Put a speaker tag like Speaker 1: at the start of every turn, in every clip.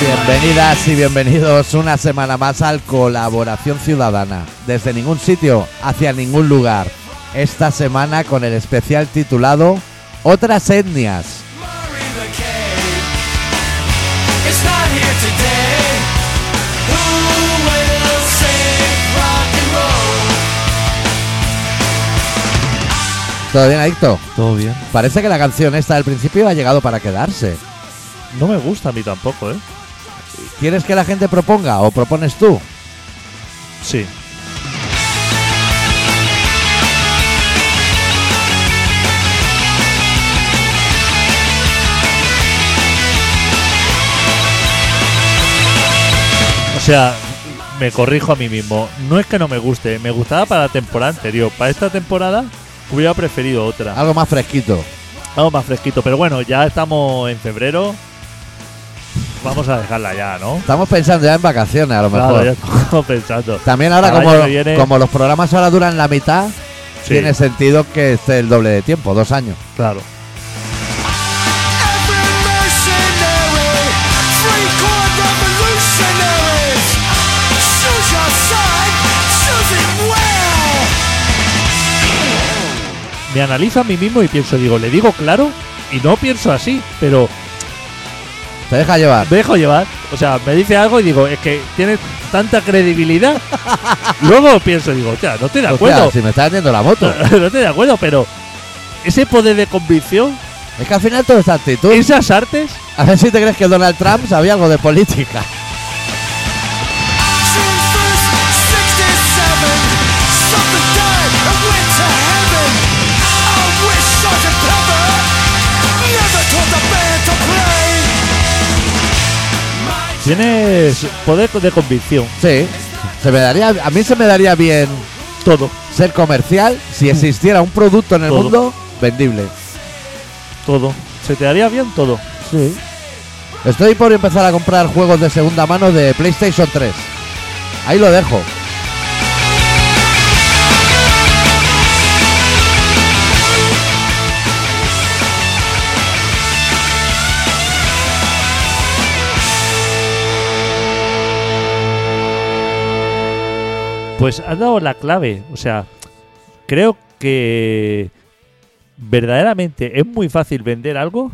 Speaker 1: Bienvenidas y bienvenidos una semana más al Colaboración Ciudadana. Desde ningún sitio, hacia ningún lugar. Esta semana con el especial titulado Otras etnias.
Speaker 2: Murray the cave. It's not here today. Who will save rock and roll?
Speaker 1: ¿Todo bien, Adicto?
Speaker 3: Todo bien.
Speaker 1: Parece que la canción esta del principio ha llegado para quedarse.
Speaker 3: No me gusta a mí tampoco, ¿eh?
Speaker 1: ¿Quieres que la gente proponga o propones tú?
Speaker 3: Sí. O sea, me corrijo a mí mismo. No es que no me guste, me gustaba para la temporada anterior. Para esta temporada hubiera preferido otra.
Speaker 1: Algo más fresquito.
Speaker 3: Algo más fresquito, pero bueno, ya estamos en febrero. Vamos a dejarla ya, ¿no?
Speaker 1: Estamos pensando ya en vacaciones, a lo mejor.
Speaker 3: Claro, ya estamos pensando.
Speaker 1: También ahora,
Speaker 3: Al año
Speaker 1: como,
Speaker 3: que viene-
Speaker 1: como los programas ahora duran la mitad,
Speaker 3: Sí,
Speaker 1: tiene sentido que esté el doble de tiempo, dos años.
Speaker 3: claro.
Speaker 2: Every mercenary, free corps revolutionaries. Choose your side, choose it well.
Speaker 3: me analizo a mí mismo y pienso, digo, le digo claro y no pienso así, pero
Speaker 1: Te deja llevar.
Speaker 3: me dejo llevar. O sea, me dice algo y digo, es que tienes tanta credibilidad. Luego pienso, digo, ya, no estoy de
Speaker 1: Hostia,
Speaker 3: acuerdo.
Speaker 1: si me estás vendiendo la moto.
Speaker 3: no, no estoy de acuerdo, pero ese poder de convicción,
Speaker 1: es que al final todo es actitud.
Speaker 3: esas artes,
Speaker 1: A ver si te crees que Donald Trump sabía algo de política.
Speaker 2: June 1st, 67. Something died and went to heaven. I wish Sergeant Pepper never told the band to play.
Speaker 3: tienes poder de convicción.
Speaker 1: Sí. Se me daría, a mí se me daría bien
Speaker 3: Todo,
Speaker 1: ser comercial si existiera un producto en el
Speaker 3: Todo.
Speaker 1: mundo vendible.
Speaker 3: todo. Se te haría bien todo.
Speaker 1: Sí. Estoy por empezar a comprar juegos de segunda mano de PlayStation 3. Ahí lo dejo.
Speaker 3: Pues has dado la clave. O sea, creo que verdaderamente es muy fácil vender algo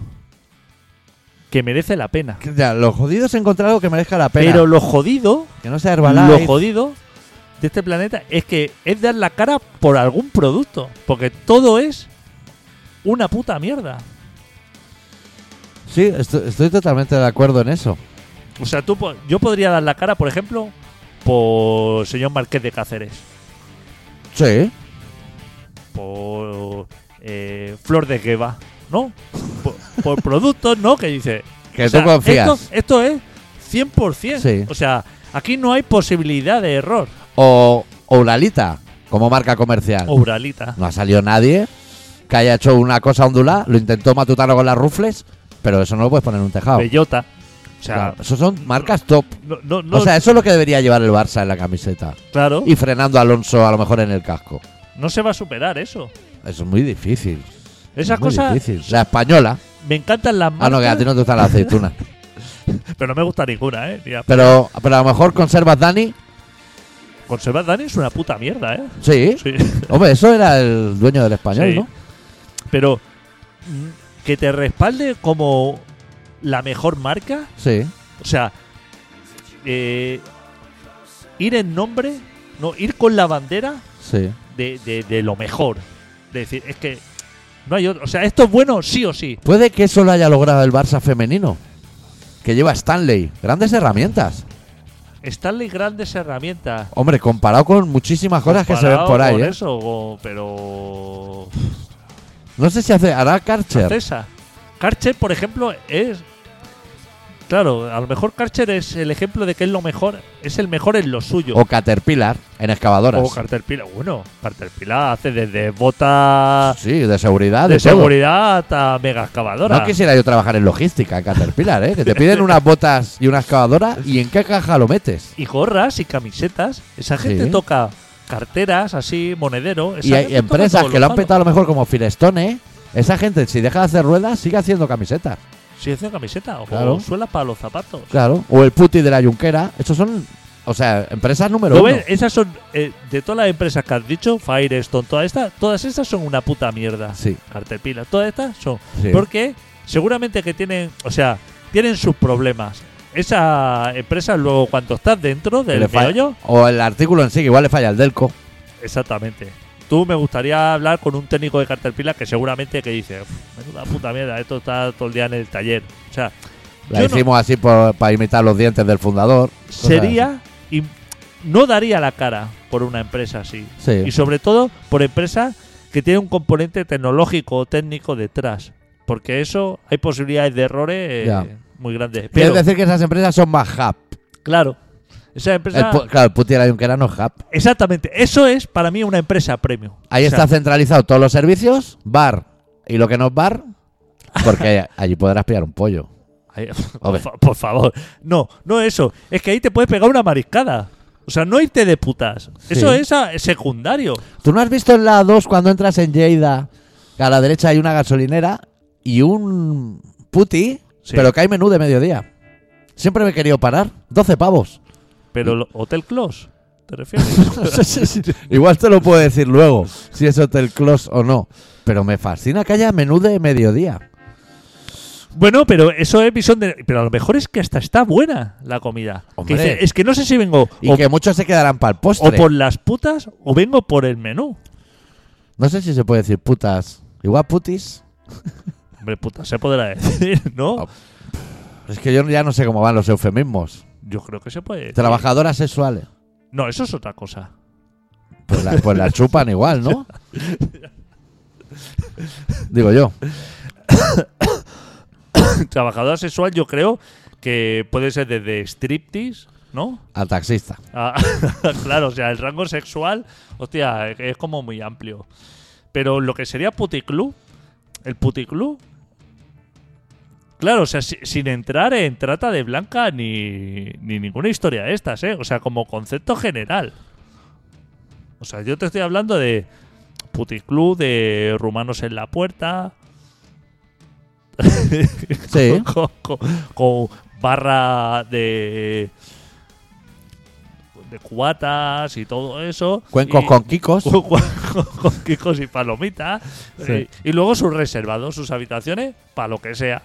Speaker 3: que merece la pena.
Speaker 1: Ya, lo jodido es encontrar algo que merezca la pena.
Speaker 3: Pero lo jodido,
Speaker 1: que no sea Herbalife.
Speaker 3: lo jodido de este planeta es que es dar la cara por algún producto. Porque todo es una puta mierda.
Speaker 1: Sí, esto- estoy totalmente de acuerdo en eso.
Speaker 3: O sea, tú, po- yo podría dar la cara, por ejemplo, por señor Marqués de Cáceres.
Speaker 1: Sí.
Speaker 3: por eh, Flor de Gueva, ¿no? Por, por productos, ¿no? Que dice.
Speaker 1: Que
Speaker 3: o
Speaker 1: tú confías.
Speaker 3: Esto, esto es 100%.
Speaker 1: Sí.
Speaker 3: O sea, aquí no hay posibilidad de error.
Speaker 1: O, o Uralita, como marca comercial.
Speaker 3: Uralita.
Speaker 1: No ha salido nadie que haya hecho una cosa ondulada. Lo intentó Matutano con las rufles, pero eso no lo puedes poner en un tejado.
Speaker 3: Bellota. O sea,
Speaker 1: Claro, Eso son marcas top.
Speaker 3: no, no, no-
Speaker 1: O sea, eso es lo que debería llevar el Barça en la camiseta.
Speaker 3: claro.
Speaker 1: Y frenando a Alonso a lo mejor en el casco.
Speaker 3: No se va a superar eso.
Speaker 1: Eso es muy difícil.
Speaker 3: Esas
Speaker 1: Es muy
Speaker 3: cosas
Speaker 1: difícil. La española.
Speaker 3: me encantan las
Speaker 1: Ah, no, que a
Speaker 3: marcas,
Speaker 1: ti no te gustan las aceitunas.
Speaker 3: pero no me gusta ninguna, ¿eh? Ni a-
Speaker 1: Pero, pero a lo mejor conservas Dani.
Speaker 3: Conservar Dani es una puta mierda, ¿eh?
Speaker 1: Sí.
Speaker 3: Sí.
Speaker 1: Hombre, eso era el dueño del español,
Speaker 3: Sí.
Speaker 1: ¿no?
Speaker 3: Pero mm, que te respalde como la mejor marca,
Speaker 1: Sí.
Speaker 3: O sea, eh, ir en nombre, no, ir con la bandera
Speaker 1: Sí.
Speaker 3: de, de- de lo mejor. De decir, es que no hay otro. O sea, esto es bueno sí o sí.
Speaker 1: Puede que eso lo haya logrado el Barça femenino. Que lleva Stanley. Grandes herramientas.
Speaker 3: Stanley grandes herramientas.
Speaker 1: Hombre, comparado con muchísimas cosas que se ven
Speaker 3: Comparado
Speaker 1: por ahí.
Speaker 3: con
Speaker 1: ¿eh?
Speaker 3: eso, o- pero.
Speaker 1: No sé si hace, hará Karcher.
Speaker 3: Francesa. Karcher, por ejemplo, es. Claro, a lo mejor Karcher es el ejemplo de que es lo mejor, es el mejor en lo suyo.
Speaker 1: o Caterpillar en excavadoras.
Speaker 3: O Caterpillar. Bueno, Caterpillar hace desde botas
Speaker 1: sí, de seguridad. Ah, De,
Speaker 3: de
Speaker 1: todo.
Speaker 3: seguridad hasta mega excavadora.
Speaker 1: No quisiera yo trabajar en logística en Caterpillar, ¿eh? Que te piden unas botas y una excavadora y en qué caja lo metes.
Speaker 3: Y gorras y camisetas. Esa gente
Speaker 1: Sí.
Speaker 3: toca carteras así, monedero. Esa
Speaker 1: Y hay
Speaker 3: gente toca
Speaker 1: empresas
Speaker 3: todos
Speaker 1: que lo
Speaker 3: los
Speaker 1: han
Speaker 3: palos.
Speaker 1: ¿eh? petado a lo mejor como Firestone. Esa gente, si deja de hacer ruedas, sigue haciendo camisetas.
Speaker 3: Si es una camiseta o
Speaker 1: Claro.
Speaker 3: suela para los zapatos.
Speaker 1: Claro. O el puti de la yunquera. Esos son, o sea, empresas número
Speaker 3: ¿Lo
Speaker 1: uno.
Speaker 3: ves? Esas son, eh, de todas las empresas que has dicho, Firestone, todas estas, todas estas son una puta mierda.
Speaker 1: Sí,
Speaker 3: Carterpillar, todas estas son.
Speaker 1: sí.
Speaker 3: Porque seguramente que tienen, o sea, tienen sus problemas. Esa empresa luego cuando estás dentro
Speaker 1: Que le
Speaker 3: del
Speaker 1: falla-
Speaker 3: meollo,
Speaker 1: O el artículo en sí, que igual le falla el delco.
Speaker 3: Exactamente. Tú me gustaría hablar con un técnico de Caterpillar que seguramente que dice, "Uf, menuda puta mierda, esto está todo el día en el taller. O sea,
Speaker 1: La
Speaker 3: Yo no-
Speaker 1: hicimos así por- para imitar los dientes del fundador. cosas
Speaker 3: sería y no daría la cara por una empresa así.
Speaker 1: así.
Speaker 3: Y
Speaker 1: Sí.
Speaker 3: sobre todo por empresas que tienen un componente tecnológico o técnico detrás. Porque eso hay posibilidades de errores eh,
Speaker 1: Ya.
Speaker 3: muy grandes.
Speaker 1: Quiero
Speaker 3: Pero,
Speaker 1: decir Eh, que esas empresas son más hub.
Speaker 3: claro, esa
Speaker 1: El
Speaker 3: empresa...
Speaker 1: pu- claro, el puti de la yunquera no es hub.
Speaker 3: Exactamente, eso es para mí una empresa premium.
Speaker 1: Ahí
Speaker 3: O sea,
Speaker 1: está centralizado todos los servicios, bar y lo que no es bar, porque allí podrás pillar un pollo.
Speaker 3: Ay,
Speaker 1: Hombre.
Speaker 3: por, fa- por favor. No, no eso. Es que ahí te puedes pegar una mariscada. O sea, no irte de putas. Eso
Speaker 1: Sí.
Speaker 3: es a- secundario.
Speaker 1: ¿Tú no has visto en la 2 cuando entras en Lleida que a la derecha hay una gasolinera y un puti,
Speaker 3: Sí.
Speaker 1: pero que hay menú de mediodía? Siempre me he querido parar. 12 pavos.
Speaker 3: Pero el Hotel Close, ¿te refieres?
Speaker 1: Igual te lo puedo decir luego, si es Hotel Close o no. Pero me fascina que haya menú de mediodía.
Speaker 3: bueno, pero eso es visión de... Pero a lo mejor es que hasta está buena la comida. Que
Speaker 1: Hombre.
Speaker 3: dice, es que no sé si vengo
Speaker 1: Y
Speaker 3: o,
Speaker 1: que muchos se quedarán para el
Speaker 3: o
Speaker 1: postre.
Speaker 3: por las putas o vengo por el menú.
Speaker 1: No sé si se puede decir putas. Igual putis.
Speaker 3: Hombre, puta, se podrá decir, ¿no?
Speaker 1: Oh. Es que yo ya no sé cómo van los eufemismos.
Speaker 3: Yo creo que se puede. decir.
Speaker 1: Trabajadoras sexuales.
Speaker 3: No, eso es otra cosa.
Speaker 1: Pues la, pues la chupan igual, ¿no? Digo yo.
Speaker 3: Trabajadora sexual yo creo que puede ser desde striptease, ¿no?
Speaker 1: Al taxista.
Speaker 3: Ah, claro, o sea, el rango sexual, hostia, es como muy amplio. Pero lo que sería puticlub, el puticlub, claro, o sea, si- sin entrar en trata de blanca ni, ni ninguna historia de estas, ¿eh? O sea, como concepto general. O sea, yo te estoy hablando de puticlub, de rumanos en la puerta,
Speaker 1: Sí.
Speaker 3: con, con- con barra de de cubatas y todo eso.
Speaker 1: Cuencos
Speaker 3: Y- Uh.
Speaker 1: con kikos.
Speaker 3: cu- cu- con quicos y palomitas.
Speaker 1: Sí.
Speaker 3: Eh, y luego sus reservados, sus habitaciones, para lo que sea.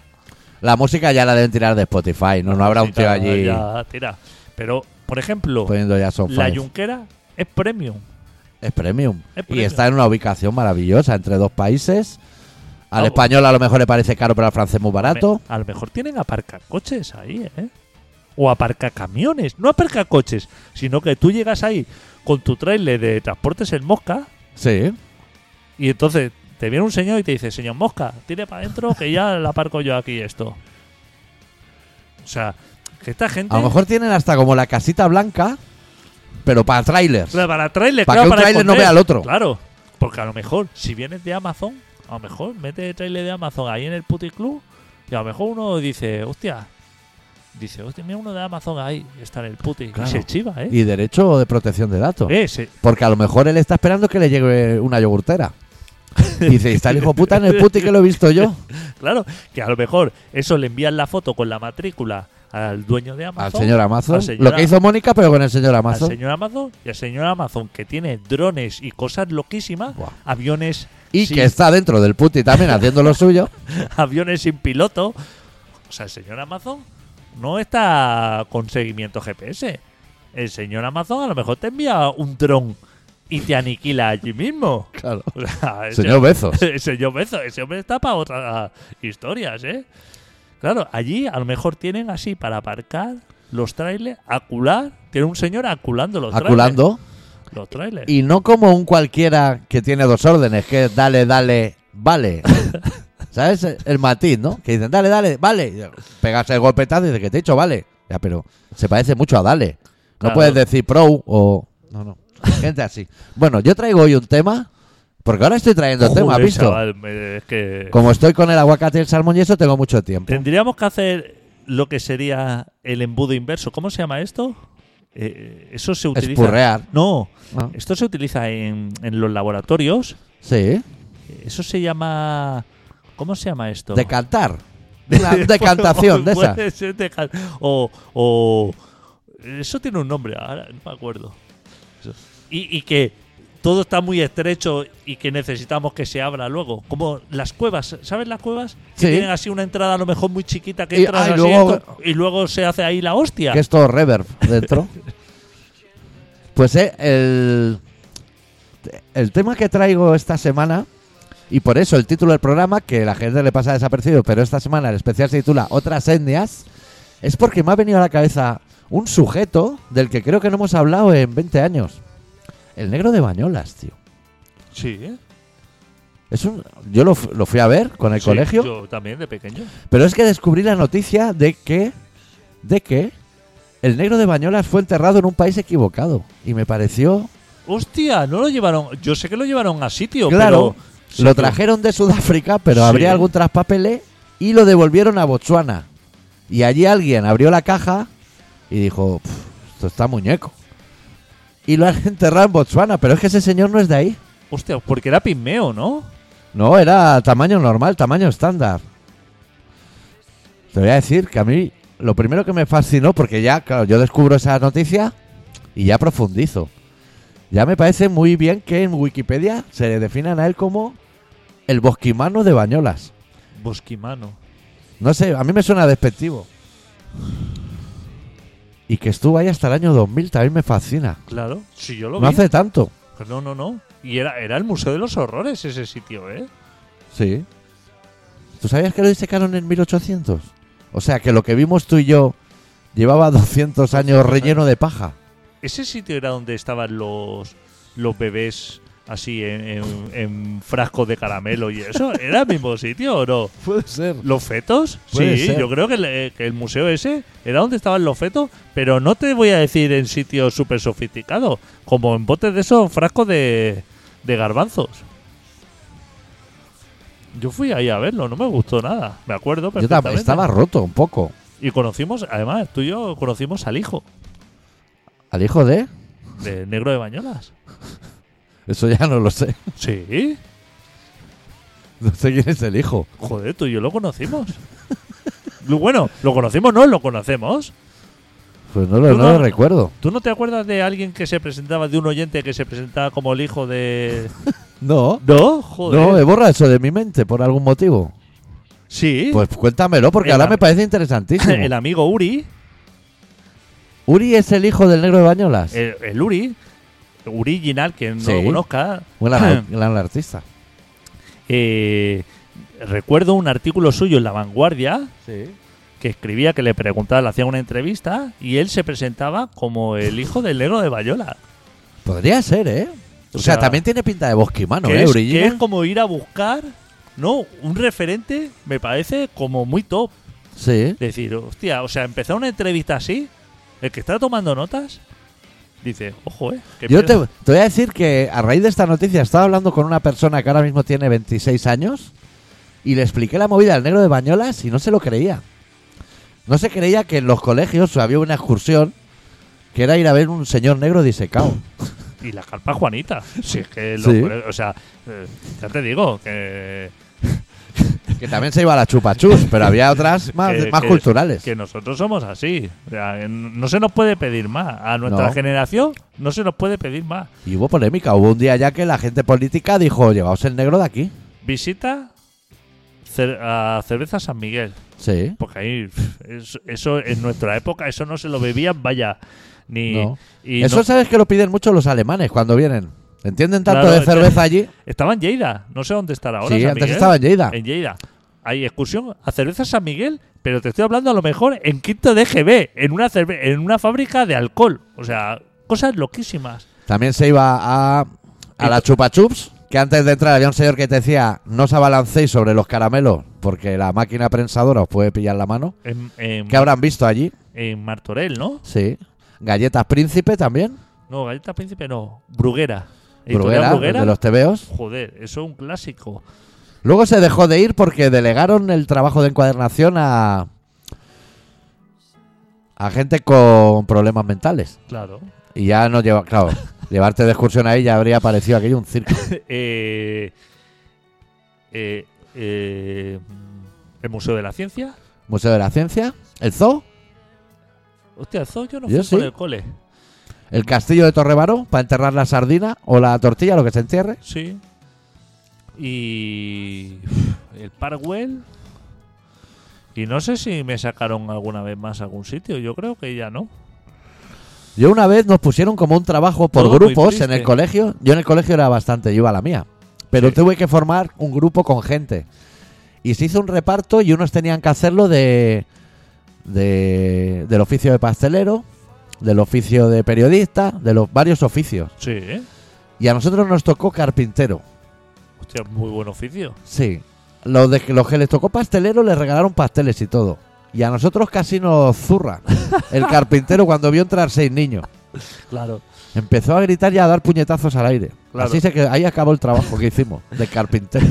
Speaker 1: La música ya la deben tirar de Spotify. No, no habrá un tío
Speaker 3: Ya-
Speaker 1: allí Pues,
Speaker 3: ya tira. Pero, por ejemplo,
Speaker 1: poniendo ya son
Speaker 3: la yunquera es premium.
Speaker 1: Es premium.
Speaker 3: Es
Speaker 1: Y
Speaker 3: premium.
Speaker 1: está en una ubicación maravillosa entre dos países. Al
Speaker 3: Ah,
Speaker 1: español a lo mejor le parece caro, pero al francés muy barato.
Speaker 3: Me- a lo mejor tienen aparcacoches ahí, ¿eh? O aparcacamiones. No aparcacoches, sino que tú llegas ahí con tu trailer de transportes en mosca
Speaker 1: Sí.
Speaker 3: y entonces te viene un señor y te dice, señor mosca, tire para adentro que ya la aparco yo aquí esto. O sea, que esta gente...
Speaker 1: A lo mejor tienen hasta como la casita blanca, pero para trailers.
Speaker 3: Claro, para trailer,
Speaker 1: Para
Speaker 3: claro,
Speaker 1: que un
Speaker 3: para
Speaker 1: tráiler no
Speaker 3: esconder.
Speaker 1: vea al otro.
Speaker 3: Claro, porque a lo mejor, si vienes de Amazon, a lo mejor mete trailer de Amazon ahí en el puticlub y a lo mejor uno dice, hostia, dice, hostia, mira uno de Amazon ahí, está en el puti.
Speaker 1: Claro.
Speaker 3: Y se chiva, ¿eh?
Speaker 1: Y derecho de protección de datos.
Speaker 3: Eh, se-
Speaker 1: Porque a lo mejor él está esperando que le llegue una yogurtera. Y dice, está el hijo puta en el puti que lo he visto yo.
Speaker 3: claro, que a lo mejor eso le envían la foto con la matrícula al dueño de
Speaker 1: Al
Speaker 3: Amazon.
Speaker 1: señor Amazon.
Speaker 3: Al señor
Speaker 1: Lo que
Speaker 3: Am-
Speaker 1: hizo Mónica, pero con el señor
Speaker 3: al
Speaker 1: Amazon.
Speaker 3: señor Amazon y al señor Amazon que tiene drones y cosas loquísimas,
Speaker 1: Buah.
Speaker 3: aviones
Speaker 1: Y
Speaker 3: sin-
Speaker 1: que está dentro del puti también haciendo lo suyo.
Speaker 3: aviones sin piloto. O sea, el señor Amazon no está con seguimiento GPS. El señor Amazon a lo mejor te envía un dron y te aniquila allí mismo.
Speaker 1: Claro.
Speaker 3: O sea, ese-
Speaker 1: Señor Bezos.
Speaker 3: el señor Bezos, ese hombre está para otras historias, ¿eh? Claro, allí a lo mejor tienen así para aparcar los trailers, acular. Tiene un señor aculando los trailers.
Speaker 1: Aculando.
Speaker 3: Los trailers.
Speaker 1: Y no como un cualquiera que tiene dos órdenes, que es dale, dale, vale. ¿Sabes? El matiz, ¿no? Que dicen, dale, dale, vale. Y Pegas el golpetazo y dice que te he dicho, vale. Ya, pero se parece mucho a dale. No
Speaker 3: Claro.
Speaker 1: puedes decir pro o. No, no. Gente así. Bueno, yo traigo hoy un tema, porque ahora estoy trayendo
Speaker 3: Joder,
Speaker 1: temas, ¿visto?
Speaker 3: chaval, me- es que...
Speaker 1: Como estoy con el aguacate y el salmón y eso, tengo mucho tiempo.
Speaker 3: Tendríamos que hacer lo que sería el embudo inverso. ¿Cómo se llama esto? Eh, eso se utiliza.
Speaker 1: Espurrear.
Speaker 3: No,
Speaker 1: Ah,
Speaker 3: esto se utiliza en, en los laboratorios.
Speaker 1: Sí, ¿eh?
Speaker 3: Eso se llama. ¿Cómo se llama esto?
Speaker 1: de cantar. Una decantación de esa.
Speaker 3: Puede ser deca- O, o- Eso tiene un nombre, ahora no me acuerdo. Eso. Y, y que todo está muy estrecho y que necesitamos que se abra luego. Como las cuevas, ¿sabes las cuevas?
Speaker 1: Sí.
Speaker 3: Que tienen así una entrada a lo mejor muy chiquita que
Speaker 1: Y-
Speaker 3: entras
Speaker 1: ah, y
Speaker 3: así
Speaker 1: luego-
Speaker 3: esto, y luego se hace ahí la hostia.
Speaker 1: Que es todo reverb dentro. pues eh, el, el tema que traigo esta semana, y por eso el título del programa, que la gente le pasa desapercibido, pero esta semana el especial se titula Otras etnias, es porque me ha venido a la cabeza un sujeto del que creo que no hemos hablado en 20 años. El negro de Bañolas, tío.
Speaker 3: Sí, ¿eh?
Speaker 1: Es un, yo lo, fu- lo fui a ver con el
Speaker 3: Sí,
Speaker 1: colegio.
Speaker 3: Yo también, de pequeño.
Speaker 1: Pero es que descubrí la noticia de que. de que. El negro de Bañolas fue enterrado en un país equivocado. Y me pareció.
Speaker 3: Hostia, no lo llevaron. Yo sé que lo llevaron a sitio,
Speaker 1: claro.
Speaker 3: pero.
Speaker 1: lo
Speaker 3: Sí,
Speaker 1: trajeron de Sudáfrica, pero
Speaker 3: Sí.
Speaker 1: habría algún traspapelé. Y lo devolvieron a Botsuana. Y allí alguien abrió la caja. Y dijo: "Pf, Esto está muñeco. Y lo han enterrado en Botsuana. Pero es que ese señor no es de ahí.
Speaker 3: Hostia, porque era pigmeo, ¿no?
Speaker 1: No, era tamaño normal, tamaño estándar. Te voy a decir que a mí lo primero que me fascinó, porque ya, claro, yo descubro esa noticia y ya profundizo. Ya me parece muy bien que en Wikipedia se le definan a él como el bosquimano de Bañolas.
Speaker 3: Bosquimano.
Speaker 1: No sé, a mí me suena despectivo. Y que estuvo ahí hasta el año 2000 también me fascina.
Speaker 3: Claro, sí, yo lo
Speaker 1: No
Speaker 3: vi.
Speaker 1: hace tanto.
Speaker 3: Pues No, no, no. Y era, era el Museo de los Horrores ese sitio, ¿eh?
Speaker 1: Sí. ¿Tú sabías que lo disecaron en 1800? O sea, que lo que vimos tú y yo llevaba 200 años relleno de paja.
Speaker 3: Ese sitio era donde estaban los, los bebés así en, en- en frascos de caramelo y eso. ¿Era el mismo sitio o no?
Speaker 1: Puede ser.
Speaker 3: ¿Los fetos?
Speaker 1: Puede
Speaker 3: sí,
Speaker 1: ser.
Speaker 3: yo creo que el, eh, que el museo ese era donde estaban los fetos, pero no te voy a decir en sitios súper sofisticados, como en botes de esos frascos de, de garbanzos. Yo fui ahí a verlo, no me gustó nada, me acuerdo
Speaker 1: Yo tam-
Speaker 3: perfectamente.
Speaker 1: estaba roto un poco.
Speaker 3: Y conocimos, además, tú y yo conocimos al hijo
Speaker 1: ¿Al hijo de?
Speaker 3: de Negro de Bañolas.
Speaker 1: Eso ya no lo sé.
Speaker 3: Sí,
Speaker 1: No sé quién es el hijo.
Speaker 3: joder, tú y yo lo conocimos. bueno, lo conocimos, no, lo conocemos.
Speaker 1: Pues no lo,
Speaker 3: Yo
Speaker 1: no lo
Speaker 3: no-
Speaker 1: recuerdo.
Speaker 3: ¿Tú no te acuerdas de alguien que se presentaba, de un oyente que se presentaba como el hijo de...
Speaker 1: No.
Speaker 3: No, joder.
Speaker 1: No, eh, he borrado eso de mi mente por algún motivo.
Speaker 3: sí,
Speaker 1: Pues cuéntamelo porque
Speaker 3: El
Speaker 1: ahora
Speaker 3: am-
Speaker 1: me parece interesantísimo.
Speaker 3: el amigo Uri,
Speaker 1: Uri es el hijo del negro de Bañolas.
Speaker 3: el, el Uri, Uri Ginal, que no
Speaker 1: Sí.
Speaker 3: lo conozca,
Speaker 1: Un gran, gran artista.
Speaker 3: eh, recuerdo un artículo suyo en La Vanguardia
Speaker 1: Sí.
Speaker 3: que escribía que le preguntaba, le hacía una entrevista y él se presentaba como el hijo del negro de Bayola.
Speaker 1: Ah, Podría ser, ¿eh? O,
Speaker 3: O
Speaker 1: sea,
Speaker 3: sea,
Speaker 1: también tiene pinta de bosquimano,
Speaker 3: que,
Speaker 1: ¿eh?
Speaker 3: es,
Speaker 1: Uri
Speaker 3: que es
Speaker 1: Gina?
Speaker 3: como ir a buscar, ¿no? Un referente me parece como muy top.
Speaker 1: Sí.
Speaker 3: Decir, hostia, o sea, empezar una entrevista así, el que está tomando notas, dice, ojo, eh. que
Speaker 1: Yo te,
Speaker 3: empieza-
Speaker 1: te voy a decir que a raíz de esta noticia estaba hablando con una persona que ahora mismo tiene 26 años y le expliqué la movida del negro de Bañolas y no se lo creía. No se creía que en los colegios había una excursión que era ir a ver un señor negro disecado.
Speaker 3: Y la carpa Juanita. Sí, es que lo-
Speaker 1: Sí.
Speaker 3: o sea, eh, ya te digo, que,
Speaker 1: que también se iba a la chupachus, pero había otras más,
Speaker 3: que-
Speaker 1: más
Speaker 3: que-
Speaker 1: culturales.
Speaker 3: que nosotros somos así. O sea, en- no se nos puede pedir más. A nuestra
Speaker 1: No.
Speaker 3: generación no se nos puede pedir más.
Speaker 1: Y hubo polémica. Hubo un día ya que la gente política dijo, llevaos el negro de aquí.
Speaker 3: Visita cer- a Cerveza San Miguel.
Speaker 1: Sí.
Speaker 3: Porque ahí, pf, eso, eso en nuestra época, eso no se lo bebían, vaya. Ni,
Speaker 1: No.
Speaker 3: y
Speaker 1: Eso
Speaker 3: no-
Speaker 1: sabes que lo piden mucho los alemanes cuando vienen. ¿Entienden tanto
Speaker 3: Claro,
Speaker 1: de cerveza allí?
Speaker 3: Estaba en Lleida, no sé dónde estará ahora. ¿eh?
Speaker 1: Sí,
Speaker 3: San
Speaker 1: antes
Speaker 3: Miguel.
Speaker 1: estaba en Lleida.
Speaker 3: En Lleida. Hay excursión a cerveza San Miguel, pero te estoy hablando a lo mejor en quinto de GB, en una, cerve- en una fábrica de alcohol. O sea, cosas loquísimas.
Speaker 1: También se iba a, a la Chupa Chups, que antes de entrar había un señor que te decía, no os abalancéis sobre los caramelos, porque la máquina prensadora os puede pillar la mano.
Speaker 3: En, en-
Speaker 1: ¿Qué habrán visto allí?
Speaker 3: en Martorell, ¿no?
Speaker 1: Sí. Galletas Príncipe también.
Speaker 3: No, Galleta Príncipe, no. Bruguera. Editorial
Speaker 1: Bruguera, de los tebeos.
Speaker 3: Joder, eso es un clásico.
Speaker 1: Luego se dejó de ir porque delegaron el trabajo de encuadernación a... A gente con problemas mentales.
Speaker 3: Claro.
Speaker 1: Y ya no lleva... Claro, llevarte de excursión ahí ya habría parecido aquello un circo.
Speaker 3: Eh, eh, eh, mm, el Museo de la Ciencia.
Speaker 1: Museo de la Ciencia, el Zoo,
Speaker 3: Hostia, el zoo yo no fui
Speaker 1: Yo
Speaker 3: por
Speaker 1: sí.
Speaker 3: el cole.
Speaker 1: el Castillo de Torrebaró para enterrar la sardina o la tortilla, lo que se entierre.
Speaker 3: Sí. Y. El Parkwell. Y no sé si me sacaron alguna vez más a algún sitio. Yo creo que ya no.
Speaker 1: Yo una vez nos pusieron como un trabajo por
Speaker 3: Todo muy
Speaker 1: grupos en el
Speaker 3: triste.
Speaker 1: colegio. Yo en el colegio era bastante, yo iba a la mía. Pero
Speaker 3: Sí.
Speaker 1: tuve que formar un grupo con gente. Y se hizo un reparto y unos tenían que hacerlo de, de- del oficio de pastelero, del oficio de periodista, de los varios oficios.
Speaker 3: Sí, ¿eh?
Speaker 1: Y a nosotros nos tocó carpintero.
Speaker 3: Hostia, muy buen oficio.
Speaker 1: Sí. Los, de, los que les tocó pastelero les regalaron pasteles y todo. Y a nosotros casi nos zurra. El carpintero cuando vio entrar seis niños.
Speaker 3: Claro.
Speaker 1: Empezó a gritar y a dar puñetazos al aire.
Speaker 3: Claro.
Speaker 1: Así se que ahí acabó el trabajo que hicimos de carpintero.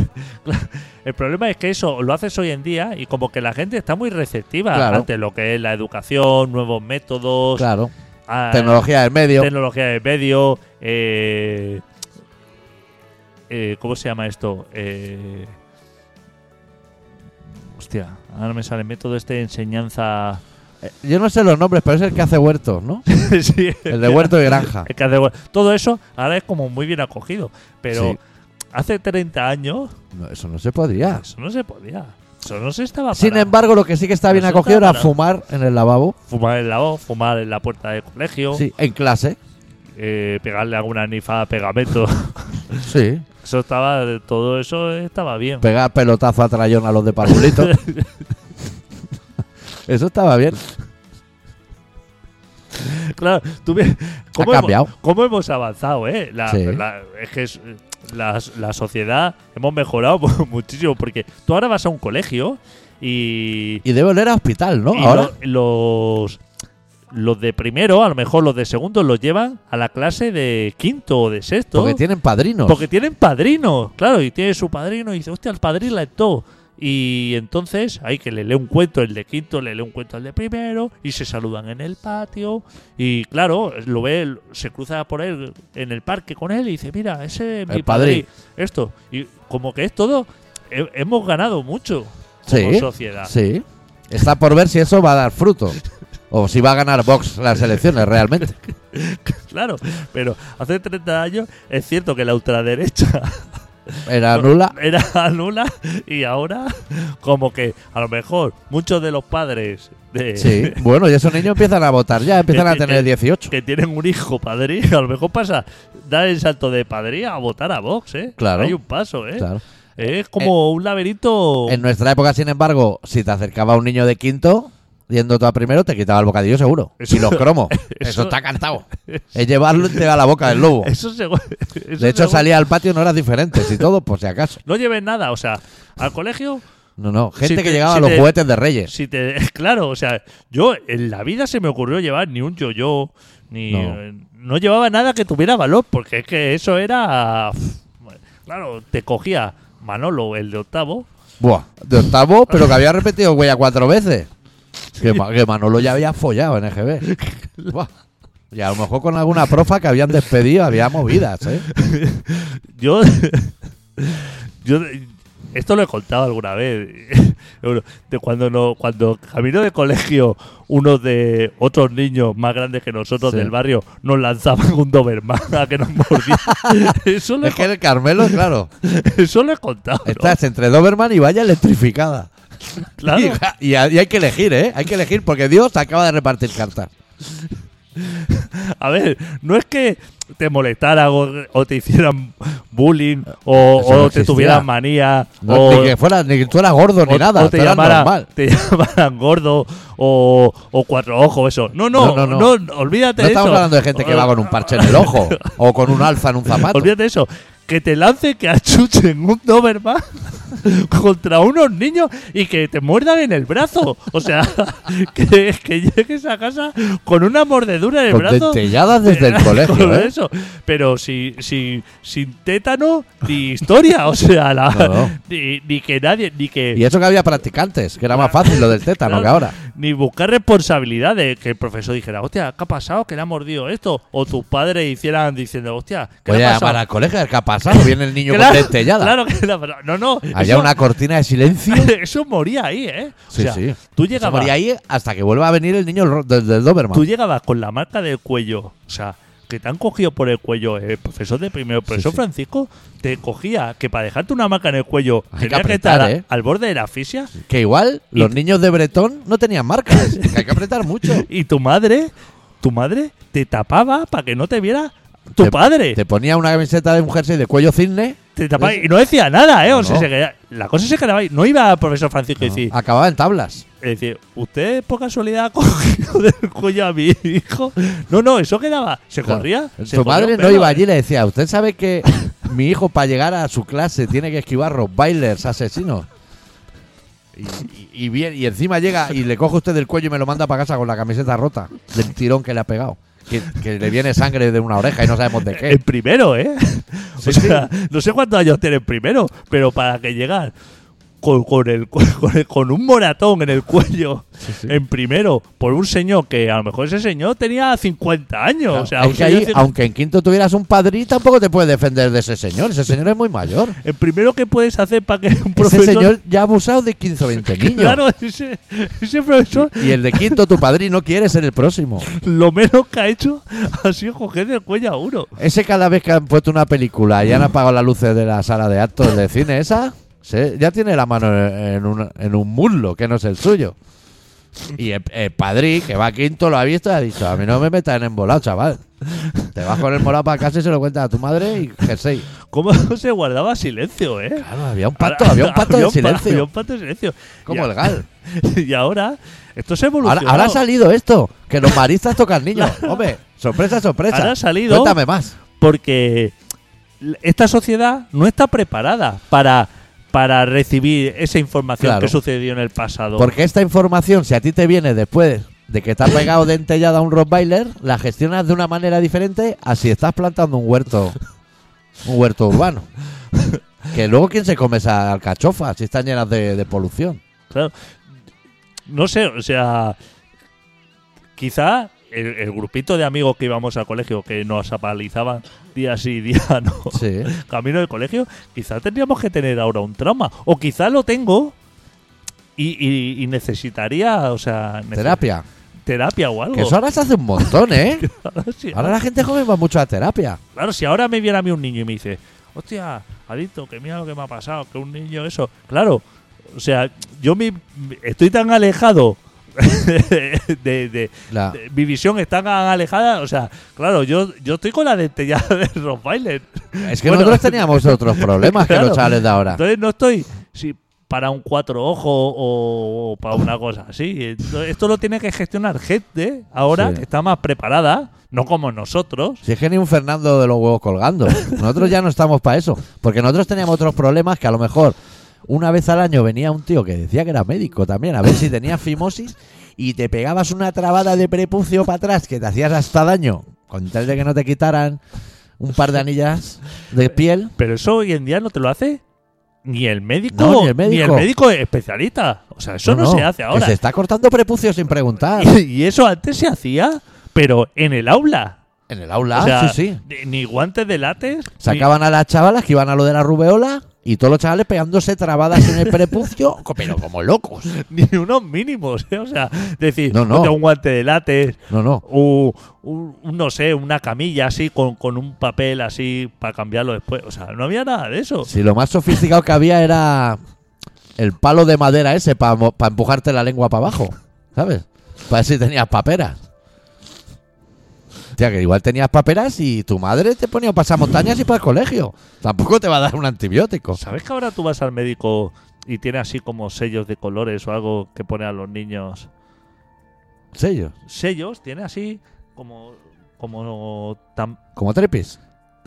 Speaker 3: El problema es que eso lo haces hoy en día y como que la gente está muy receptiva
Speaker 1: Claro.
Speaker 3: ante lo que es la educación, nuevos métodos,
Speaker 1: claro.
Speaker 3: ah,
Speaker 1: Tecnología del medio.
Speaker 3: tecnología de medio, eh, eh, ¿cómo se llama esto? Eh, hostia, ahora me sale el método este de enseñanza.
Speaker 1: Eh, Yo no sé los nombres, pero es el que hace huertos, ¿no?
Speaker 3: Sí,
Speaker 1: El de huerto y granja.
Speaker 3: el que hace hue- Todo eso ahora es como muy bien acogido, pero
Speaker 1: Sí.
Speaker 3: hace 30 años
Speaker 1: No, eso no se podía.
Speaker 3: eso no se podía. Eso no se estaba
Speaker 1: Sin
Speaker 3: para-
Speaker 1: embargo, lo que sí que está bien
Speaker 3: Eso está
Speaker 1: acogido era
Speaker 3: parado.
Speaker 1: fumar en el lavabo.
Speaker 3: fumar en la O, fumar en la puerta del colegio,
Speaker 1: Sí, en clase.
Speaker 3: eh, pegarle alguna nifada a pegamento.
Speaker 1: Sí.
Speaker 3: eso estaba, todo eso estaba bien.
Speaker 1: Pegar pelotazo a trayón a los de parvulito. eso estaba bien.
Speaker 3: Claro, tú ves- ¿cómo,
Speaker 1: cambiado.
Speaker 3: Hemos, cómo hemos avanzado, ¿eh? La,
Speaker 1: Sí.
Speaker 3: la- es que es- la, la sociedad hemos mejorado mu- muchísimo porque tú ahora vas a un colegio y,
Speaker 1: Y debe oler a hospital, ¿no?
Speaker 3: y
Speaker 1: Ahora.
Speaker 3: lo- los los de primero, a lo mejor los de segundo los llevan a la clase de quinto o de sexto.
Speaker 1: Porque tienen padrinos.
Speaker 3: Porque tienen padrino, claro, y tiene su padrino y dice, hostia, el padrino la todo. Y entonces hay que le lee un cuento el de quinto, le lee un cuento el de primero, y se saludan en el patio. Y claro, lo ve, se cruza por él en el parque con él y dice, mira, ese es mi
Speaker 1: El padrí.
Speaker 3: padrí, Esto. Y como que es todo, he- hemos ganado mucho
Speaker 1: Sí.
Speaker 3: como sociedad.
Speaker 1: Sí. Está por ver si eso va a dar fruto. O si va a ganar Vox las elecciones realmente.
Speaker 3: Claro, pero hace 30 años es cierto que la ultraderecha
Speaker 1: Era nula.
Speaker 3: era nula y ahora como que a lo mejor muchos de los padres de,
Speaker 1: Sí. Bueno, y esos niños empiezan a votar ya, empiezan a
Speaker 3: Que- que-
Speaker 1: tener 18.
Speaker 3: que tienen un hijo padrí, a lo mejor pasa dar el salto de padrí a votar a Vox, ¿eh?
Speaker 1: Claro.
Speaker 3: Hay un paso, ¿eh? Oh.
Speaker 1: Claro. Eh,
Speaker 3: Es como un laberinto...
Speaker 1: En nuestra época, sin embargo, si te acercaba un niño de quinto, yendo tú a primero, te quitaba el bocadillo seguro.
Speaker 3: Eso-
Speaker 1: y los cromos. Eso,
Speaker 3: eso-
Speaker 1: está cantado. Es llevarlo y te va a la boca del lobo.
Speaker 3: Eso se- eso
Speaker 1: De hecho,
Speaker 3: se-
Speaker 1: salía al patio en horas diferentes y todo, por si acaso.
Speaker 3: No lleves nada, o sea, al colegio,
Speaker 1: No, no. Gente
Speaker 3: Si
Speaker 1: que
Speaker 3: te-
Speaker 1: llegaba
Speaker 3: si
Speaker 1: a los
Speaker 3: te-
Speaker 1: juguetes de Reyes.
Speaker 3: si te... Claro, o sea, yo en la vida se me ocurrió llevar ni un yo-yo, ni...
Speaker 1: No.
Speaker 3: eh, no llevaba nada que tuviera valor, porque es que eso era... Claro, te cogía Manolo, el de octavo,
Speaker 1: Buah, de octavo, pero que había repetido huella cuatro veces. Que, Ma- que Manolo ya había follado en EGB. Buah. Y a lo mejor con alguna profa que habían despedido había movidas, ¿eh?
Speaker 3: Yo. yo esto lo he contado alguna vez. Bueno, De cuando no, cuando camino de colegio, unos de otros niños más grandes que nosotros
Speaker 1: Sí.
Speaker 3: del barrio nos lanzaban un Doberman a que nos mordía. eso, lo he,
Speaker 1: Es que el Carmelo, claro,
Speaker 3: con- eso lo he contado. ¿no?
Speaker 1: estás entre Doberman y vaya electrificada.
Speaker 3: Claro.
Speaker 1: Y, y hay que elegir, ¿eh? Hay que elegir porque Dios acaba de repartir cartas.
Speaker 3: A ver, no es que te molestara o, o te hicieran bullying o,
Speaker 1: Eso no
Speaker 3: o te
Speaker 1: existía.
Speaker 3: tuvieran manía
Speaker 1: No,
Speaker 3: o,
Speaker 1: ni que fuera, ni que tú eras gordo ni
Speaker 3: o-
Speaker 1: nada.
Speaker 3: o te,
Speaker 1: tú eras
Speaker 3: llamara-
Speaker 1: normal.
Speaker 3: te llamaran gordo o, o cuatro ojos, eso. No, no,
Speaker 1: No,
Speaker 3: no,
Speaker 1: no, no.
Speaker 3: olvídate
Speaker 1: No
Speaker 3: de eso.
Speaker 1: estamos hablando de gente que va con un parche en el ojo o con un alza en un zapato.
Speaker 3: Olvídate de eso. Que te lance, que achuchen un Doberman contra unos niños y que te muerdan en el brazo. O sea, que, que llegues a casa con una mordedura en el
Speaker 1: Con
Speaker 3: brazo.
Speaker 1: dentelladas desde el colegio,
Speaker 3: Con
Speaker 1: ¿eh?
Speaker 3: eso. Pero si, si, sin tétano ni historia. O sea, la-
Speaker 1: No, no.
Speaker 3: Ni, ni que nadie, ni que...
Speaker 1: Y eso que había practicantes, que era más fácil lo del tétano
Speaker 3: Claro.
Speaker 1: que ahora.
Speaker 3: ni buscar responsabilidad de que el profesor dijera, hostia, ¿qué ha pasado? ¿Que le ha mordido esto? O tus padres hicieran diciendo, hostia, ¿qué
Speaker 1: Voy
Speaker 3: le
Speaker 1: a
Speaker 3: ha pasado?
Speaker 1: llamar al colegio, ¿qué ha pasado? Viene el niño
Speaker 3: Claro,
Speaker 1: con dentellada.
Speaker 3: Claro que le ha pasado. No, no.
Speaker 1: Había
Speaker 3: eso-
Speaker 1: una cortina de silencio.
Speaker 3: eso moría ahí, ¿eh? O
Speaker 1: Sí,
Speaker 3: sea,
Speaker 1: sí.
Speaker 3: Tú
Speaker 1: Se
Speaker 3: llegabas,
Speaker 1: moría ahí hasta que vuelva a venir el niño ro- del, del Doberman.
Speaker 3: tú llegabas con la marca del cuello, o sea, que te han cogido por el cuello el profesor de primero, el profesor
Speaker 1: sí.
Speaker 3: Francisco, te cogía que para dejarte una marca en el cuello
Speaker 1: Hay que
Speaker 3: tenías que,
Speaker 1: apretar,
Speaker 3: estar a-
Speaker 1: ¿eh?
Speaker 3: al borde de la asfixia
Speaker 1: Que igual
Speaker 3: Y-
Speaker 1: los niños de Bretón no tenían marcas. que hay que apretar mucho.
Speaker 3: y tu madre, tu madre te tapaba para que no te viera tu
Speaker 1: Te-
Speaker 3: padre.
Speaker 1: Te ponía una camiseta de un jersey de cuello cisne.
Speaker 3: Te tapaba y no decía nada, ¿eh?
Speaker 1: No,
Speaker 3: O sea,
Speaker 1: no.
Speaker 3: se quedaba- la cosa se quedaba ahí. No iba al profesor Francisco y decir,
Speaker 1: Acababa en tablas.
Speaker 3: Es decir, ¿usted por casualidad ha cogido del cuello a mi hijo? No, no, eso quedaba. Se
Speaker 1: Claro.
Speaker 3: corría. se
Speaker 1: Su
Speaker 3: corría
Speaker 1: madre
Speaker 3: un
Speaker 1: no
Speaker 3: pelo,
Speaker 1: iba
Speaker 3: ¿eh?
Speaker 1: allí y le decía, ¿usted sabe que mi hijo para llegar a su clase tiene que esquivar los bailers asesinos? Y, y- y bien, y encima llega y le coge usted del cuello y me lo manda para casa con la camiseta rota del tirón que le ha pegado. Que, que le viene sangre de una oreja y no sabemos de
Speaker 3: El
Speaker 1: qué.
Speaker 3: primero, ¿eh?
Speaker 1: Sí,
Speaker 3: o sea, no sé cuántos años tiene el primero, pero para que llegar con, con el, cu- con, el- con un moratón en el cuello, en primero, por un señor que a lo mejor ese señor tenía 50 años. o sea,
Speaker 1: es
Speaker 3: un
Speaker 1: que
Speaker 3: señor
Speaker 1: ahí,
Speaker 3: cin-
Speaker 1: aunque en quinto tuvieras un padrí, tampoco te puedes defender de ese señor. Ese señor es muy mayor.
Speaker 3: el primero que puedes hacer para que un profesor...
Speaker 1: Ese señor ya ha abusado de 15 o 20 niños.
Speaker 3: Claro, ese, ese profesor
Speaker 1: Y el de quinto, tu padrí, no quiere ser el próximo.
Speaker 3: lo menos que ha hecho ha sido coger del cuello a uno.
Speaker 1: Ese cada vez que han puesto una película y han apagado las luces de la sala de actos de cine, esa se- ya tiene la mano en- en un, en un muslo que no es el suyo. Y el, el padrí, que va quinto, lo ha visto y ha dicho, a mí no me metan en volado, chaval. Te vas con el morado para casa y se lo cuentas a tu madre y jersey.
Speaker 3: ¿Cómo se guardaba silencio, eh?
Speaker 1: Claro, había un pacto, había un pacto de
Speaker 3: un pa- Había
Speaker 1: silencio.
Speaker 3: un pacto de silencio.
Speaker 1: Como
Speaker 3: y,
Speaker 1: el gal.
Speaker 3: a- y ahora, esto se
Speaker 1: Ahora,
Speaker 3: evolucionó.
Speaker 1: ahora ha salido esto, que los maristas tocan niños. Hombre, sorpresa, sorpresa.
Speaker 3: Ahora ha salido-
Speaker 1: Cuéntame más.
Speaker 3: Porque l- esta sociedad no está preparada para, para recibir esa información
Speaker 1: Claro.
Speaker 3: que sucedió en el pasado.
Speaker 1: Porque esta información, si a ti te viene después de que te has pegado dentellada a un rottweiler, la gestionas de una manera diferente a si estás plantando un huerto, un huerto urbano. Que luego quién se come esas alcachofas si están llenas de, de polución.
Speaker 3: Claro. No sé, o sea, quizá el, el grupito de amigos que íbamos al colegio, que nos apalizaban día sí, día no,
Speaker 1: Sí.
Speaker 3: camino del colegio, quizá tendríamos que tener ahora un trauma. O quizá lo tengo y, y- y necesitaría, o sea, nece-
Speaker 1: Terapia.
Speaker 3: terapia o algo.
Speaker 1: Que eso ahora se hace un montón, ¿eh?
Speaker 3: Claro, si,
Speaker 1: Ahora la gente joven va mucho a terapia.
Speaker 3: claro, si ahora me viene a mí un niño y me dice, hostia, adicto, que mira lo que me ha pasado, que un niño eso. Claro, o sea, yo mi- estoy tan alejado de- de,
Speaker 1: La-
Speaker 3: Eh, mi visión está tan alejada. O sea, claro, yo, yo estoy con la dentellada de Rottweiler.
Speaker 1: Es que
Speaker 3: Bueno,
Speaker 1: nosotros teníamos otros problemas que
Speaker 3: claro.
Speaker 1: los chavales de ahora.
Speaker 3: Entonces no estoy si para un cuatro ojo o, o para una cosa así. Entonces, esto lo tiene que gestionar gente ahora
Speaker 1: Sí.
Speaker 3: que está más preparada, no como nosotros.
Speaker 1: Si es que ni un Fernando de los huevos colgando. Nosotros ya no estamos para eso. Porque nosotros teníamos otros problemas que a lo mejor una vez al año venía un tío que decía que era médico también, a ver si tenía fimosis y te pegabas una trabada de prepucio para atrás que te hacías hasta daño con tal de que no te quitaran un par de anillas de piel.
Speaker 3: Pero eso hoy en día no te lo hace ni el médico,
Speaker 1: No, ni el médico.
Speaker 3: especialista. O sea, eso no, se hace
Speaker 1: que
Speaker 3: ahora.
Speaker 1: se está cortando prepucio sin preguntar.
Speaker 3: Y eso antes se hacía, pero en el aula.
Speaker 1: En el aula,
Speaker 3: O sea,
Speaker 1: Ah, sí, sí.
Speaker 3: ni- Ni guantes de látex. ni-
Speaker 1: Sacaban a las chavalas que iban a lo de la rubeola y todos los chavales pegándose trabadas en el prepucio, pero como locos.
Speaker 3: ni unos mínimos, ¿eh? o sea, decir,
Speaker 1: No, no.
Speaker 3: ponte un guante de látex
Speaker 1: No, no.
Speaker 3: o un, un, no sé, una camilla así con, con un papel así para cambiarlo después, o sea, no había nada de eso.
Speaker 1: Si lo más sofisticado que había era el palo de madera ese para empujarte la lengua para abajo, ¿sabes? Para ver si tenías paperas. Tía, que igual tenías paperas y tu madre te ponía pasamontañas y para el colegio. Tampoco te va a dar un antibiótico.
Speaker 3: ¿Sabes que ahora tú vas al médico y tiene así como sellos de colores o algo que pone a los niños?
Speaker 1: Sellos.
Speaker 3: Sellos, tiene así como como tam-
Speaker 1: Como trepis.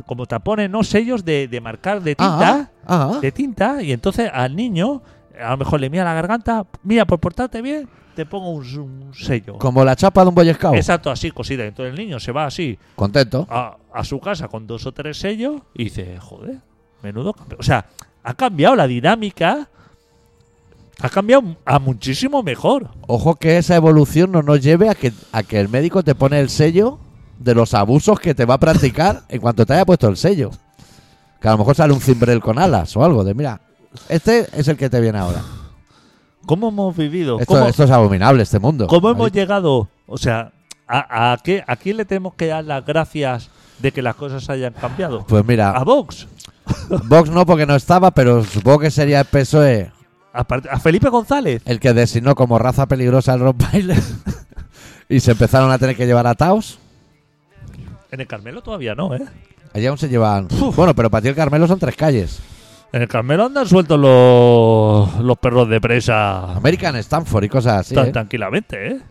Speaker 3: como tapones, no sellos de, de marcar de tinta.
Speaker 1: Ah, ah.
Speaker 3: de tinta y entonces al niño a lo mejor le mira la garganta, mira, por portarte bien, te pongo un, un sello.
Speaker 1: Como la chapa de un boy scout.
Speaker 3: Exacto, así cosida. Entonces el niño se va así
Speaker 1: Contento.
Speaker 3: a, a su casa con dos o tres sellos y dice, joder, menudo cambio. O sea, ha cambiado la dinámica Ha cambiado a muchísimo mejor.
Speaker 1: Ojo que esa evolución no nos lleve a que, a que el médico te pone el sello de los abusos que te va a practicar en cuanto te haya puesto el sello. Que a lo mejor sale un cimbrel con alas o algo de mira, este es el que te viene ahora.
Speaker 3: ¿Cómo hemos vivido?
Speaker 1: Esto,
Speaker 3: Pues ¿Cómo,
Speaker 1: esto es abominable, este mundo.
Speaker 3: cómo hemos
Speaker 1: Ahorita-
Speaker 3: llegado? O sea, ¿a, a, qué, ¿a quién le tenemos que dar las gracias de que las cosas hayan cambiado?
Speaker 1: Pues mira,
Speaker 3: A Vox.
Speaker 1: Vox no porque no estaba, pero supongo que sería el PSOE
Speaker 3: A, par- a Felipe González.
Speaker 1: E el que designó como raza peligrosa al Rottweiler y se empezaron a tener que llevar ataos.
Speaker 3: En el Carmelo todavía no, ¿eh?
Speaker 1: Allí aún se llevan... Bueno, pero para ti el Carmelo son tres calles.
Speaker 3: En el Carmelo andan sueltos los, los perros de presa
Speaker 1: American, Stanford y cosas así.
Speaker 3: tan
Speaker 1: ¿eh?
Speaker 3: tranquilamente, ¿eh?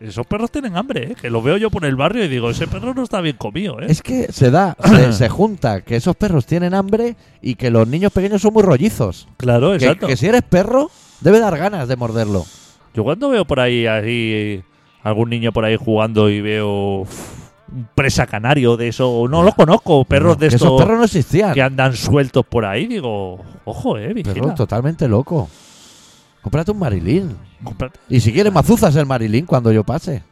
Speaker 3: Esos perros tienen hambre, ¿eh? Que lo veo yo por el barrio y digo, ese perro no está bien comido, ¿eh?
Speaker 1: Es que se da, se, se junta que esos perros tienen hambre y que los niños pequeños son muy rollizos.
Speaker 3: Claro,
Speaker 1: Que,
Speaker 3: exacto.
Speaker 1: que si eres perro, debe dar ganas de morderlo.
Speaker 3: Yo cuando veo por ahí así algún niño por ahí jugando y veo uf, un presa canario de eso, no los conozco, perros de
Speaker 1: Que
Speaker 3: estos
Speaker 1: Esos perros no existían.
Speaker 3: que andan sueltos por ahí, digo, ojo, eh, vigila.
Speaker 1: Perros totalmente loco. Cómprate un marilín.
Speaker 3: Cómprate.
Speaker 1: Y si quieres mazuzas el marilín cuando yo pase.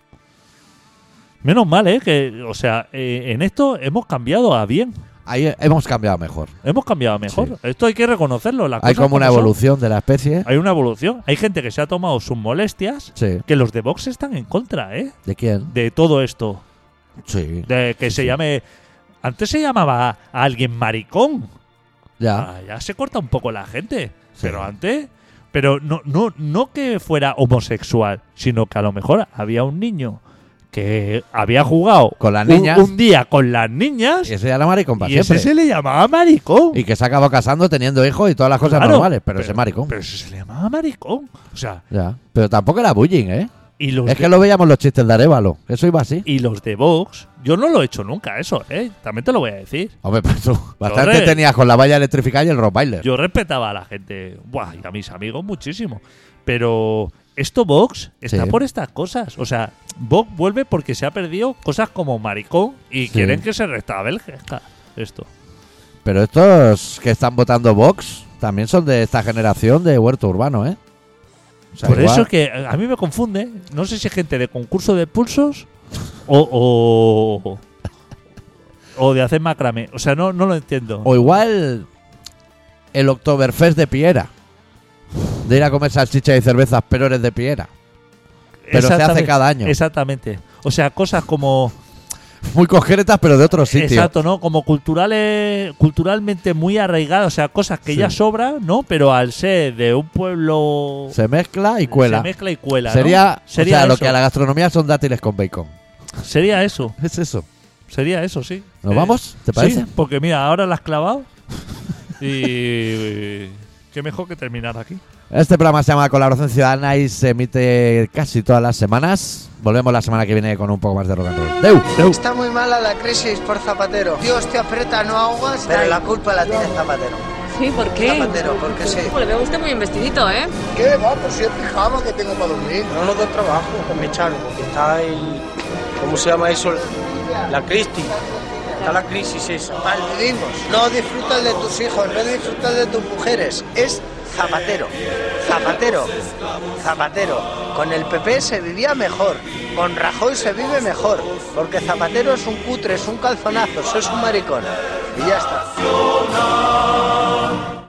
Speaker 3: Menos mal, eh, que, o sea, eh, en esto hemos cambiado a bien,
Speaker 1: Ahí hemos cambiado mejor.
Speaker 3: hemos cambiado a mejor. Esto hay que reconocerlo. las
Speaker 1: Hay
Speaker 3: cosas
Speaker 1: como una
Speaker 3: son.
Speaker 1: evolución de la especie.
Speaker 3: Hay una evolución. Hay gente que se ha tomado sus molestias,
Speaker 1: Sí.
Speaker 3: que los de Vox están en contra, eh,
Speaker 1: ¿De quién?
Speaker 3: de todo esto.
Speaker 1: Sí.
Speaker 3: De que se llame. Antes se llamaba a alguien maricón.
Speaker 1: Ya.
Speaker 3: Ah, ya se corta un poco la gente.
Speaker 1: Sí.
Speaker 3: Pero antes. Pero no, no, no que fuera homosexual, sino que a lo mejor había un niño que había jugado
Speaker 1: Con las
Speaker 3: un-
Speaker 1: niñas.
Speaker 3: Un, día con las niñas
Speaker 1: Y
Speaker 3: y,
Speaker 1: ese ya la maricón para
Speaker 3: ese
Speaker 1: siempre.
Speaker 3: se le llamaba maricón.
Speaker 1: Y que se ha acabado casando, teniendo hijos y todas las cosas
Speaker 3: Claro,
Speaker 1: normales. Pero, ese maricón.
Speaker 3: Pero ese se le llamaba maricón. O sea,
Speaker 1: ya. Pero tampoco era bullying, ¿eh?
Speaker 3: y los,
Speaker 1: Es
Speaker 3: de,
Speaker 1: que lo veíamos los chistes de Arevalo. Eso iba así.
Speaker 3: y los de Vox, yo no lo he hecho nunca, eso, ¿eh? También te lo voy a decir.
Speaker 1: Hombre, pues tú bastante
Speaker 3: Torre.
Speaker 1: tenías con la valla electrificada y el Rottweiler.
Speaker 3: Yo respetaba a la gente, buah, y a mis amigos muchísimo. Pero esto Vox está
Speaker 1: Sí.
Speaker 3: por estas cosas. O sea, Vox vuelve porque se ha perdido cosas como maricón y
Speaker 1: Sí.
Speaker 3: quieren que se restablezca esto.
Speaker 1: Pero estos que están votando Vox también son de esta generación de huerto urbano, ¿eh? O sea,
Speaker 3: por
Speaker 1: igual-
Speaker 3: eso es que a mí me confunde. No sé si es gente de concurso de pulsos o, o, o de hacer macramé. O sea, no, no lo entiendo.
Speaker 1: O igual el Oktoberfest de Piera. De ir a comer salchichas y cervezas, pero eres de Piera. Pero se hace
Speaker 3: Exactamente,
Speaker 1: cada año.
Speaker 3: Exactamente. O sea, cosas como
Speaker 1: Muy concretas, pero de otro sitio.
Speaker 3: Exacto, ¿no? Como culturales, culturalmente muy arraigadas, o sea, cosas que
Speaker 1: Sí.
Speaker 3: ya sobran, ¿no? Pero al ser de un pueblo
Speaker 1: Se mezcla y cuela.
Speaker 3: se mezcla y cuela. ¿no?
Speaker 1: Sería,
Speaker 3: sería
Speaker 1: o sea,
Speaker 3: eso.
Speaker 1: lo que a la gastronomía son dátiles con bacon.
Speaker 3: Sería eso,
Speaker 1: Es eso.
Speaker 3: sería eso, sí.
Speaker 1: ¿Nos
Speaker 3: Eh,
Speaker 1: vamos? ¿Te parece?
Speaker 3: Sí, porque mira, ahora la has clavado y qué mejor que terminar aquí.
Speaker 1: Este programa se llama Colaboración Ciudadana y se emite casi todas las semanas. Volvemos la semana que viene con un poco más de rock and roll. ¡Deu!
Speaker 4: Está muy mala la crisis por Zapatero. Dios te aprieta, no ahogas. Pero la culpa la tiene Zapatero.
Speaker 5: Sí, ¿por qué?
Speaker 4: Zapatero, porque sí.
Speaker 5: Pues le veo a usted muy investidito, ¿eh?
Speaker 4: ¿Qué? Va, por si es pijama que tengo para dormir.
Speaker 6: No nos da trabajo, me echaron, porque está el... ¿Cómo se llama eso? La crisis. Está la crisis esa.
Speaker 4: Malvivimos. No disfrutas de tus hijos, no disfrutas de tus mujeres. Es Zapatero. Zapatero. Zapatero. Con el PP se vivía mejor. Con Rajoy se vive mejor. Porque Zapatero es un cutre, es un calzonazo, es un maricón. Y ya está.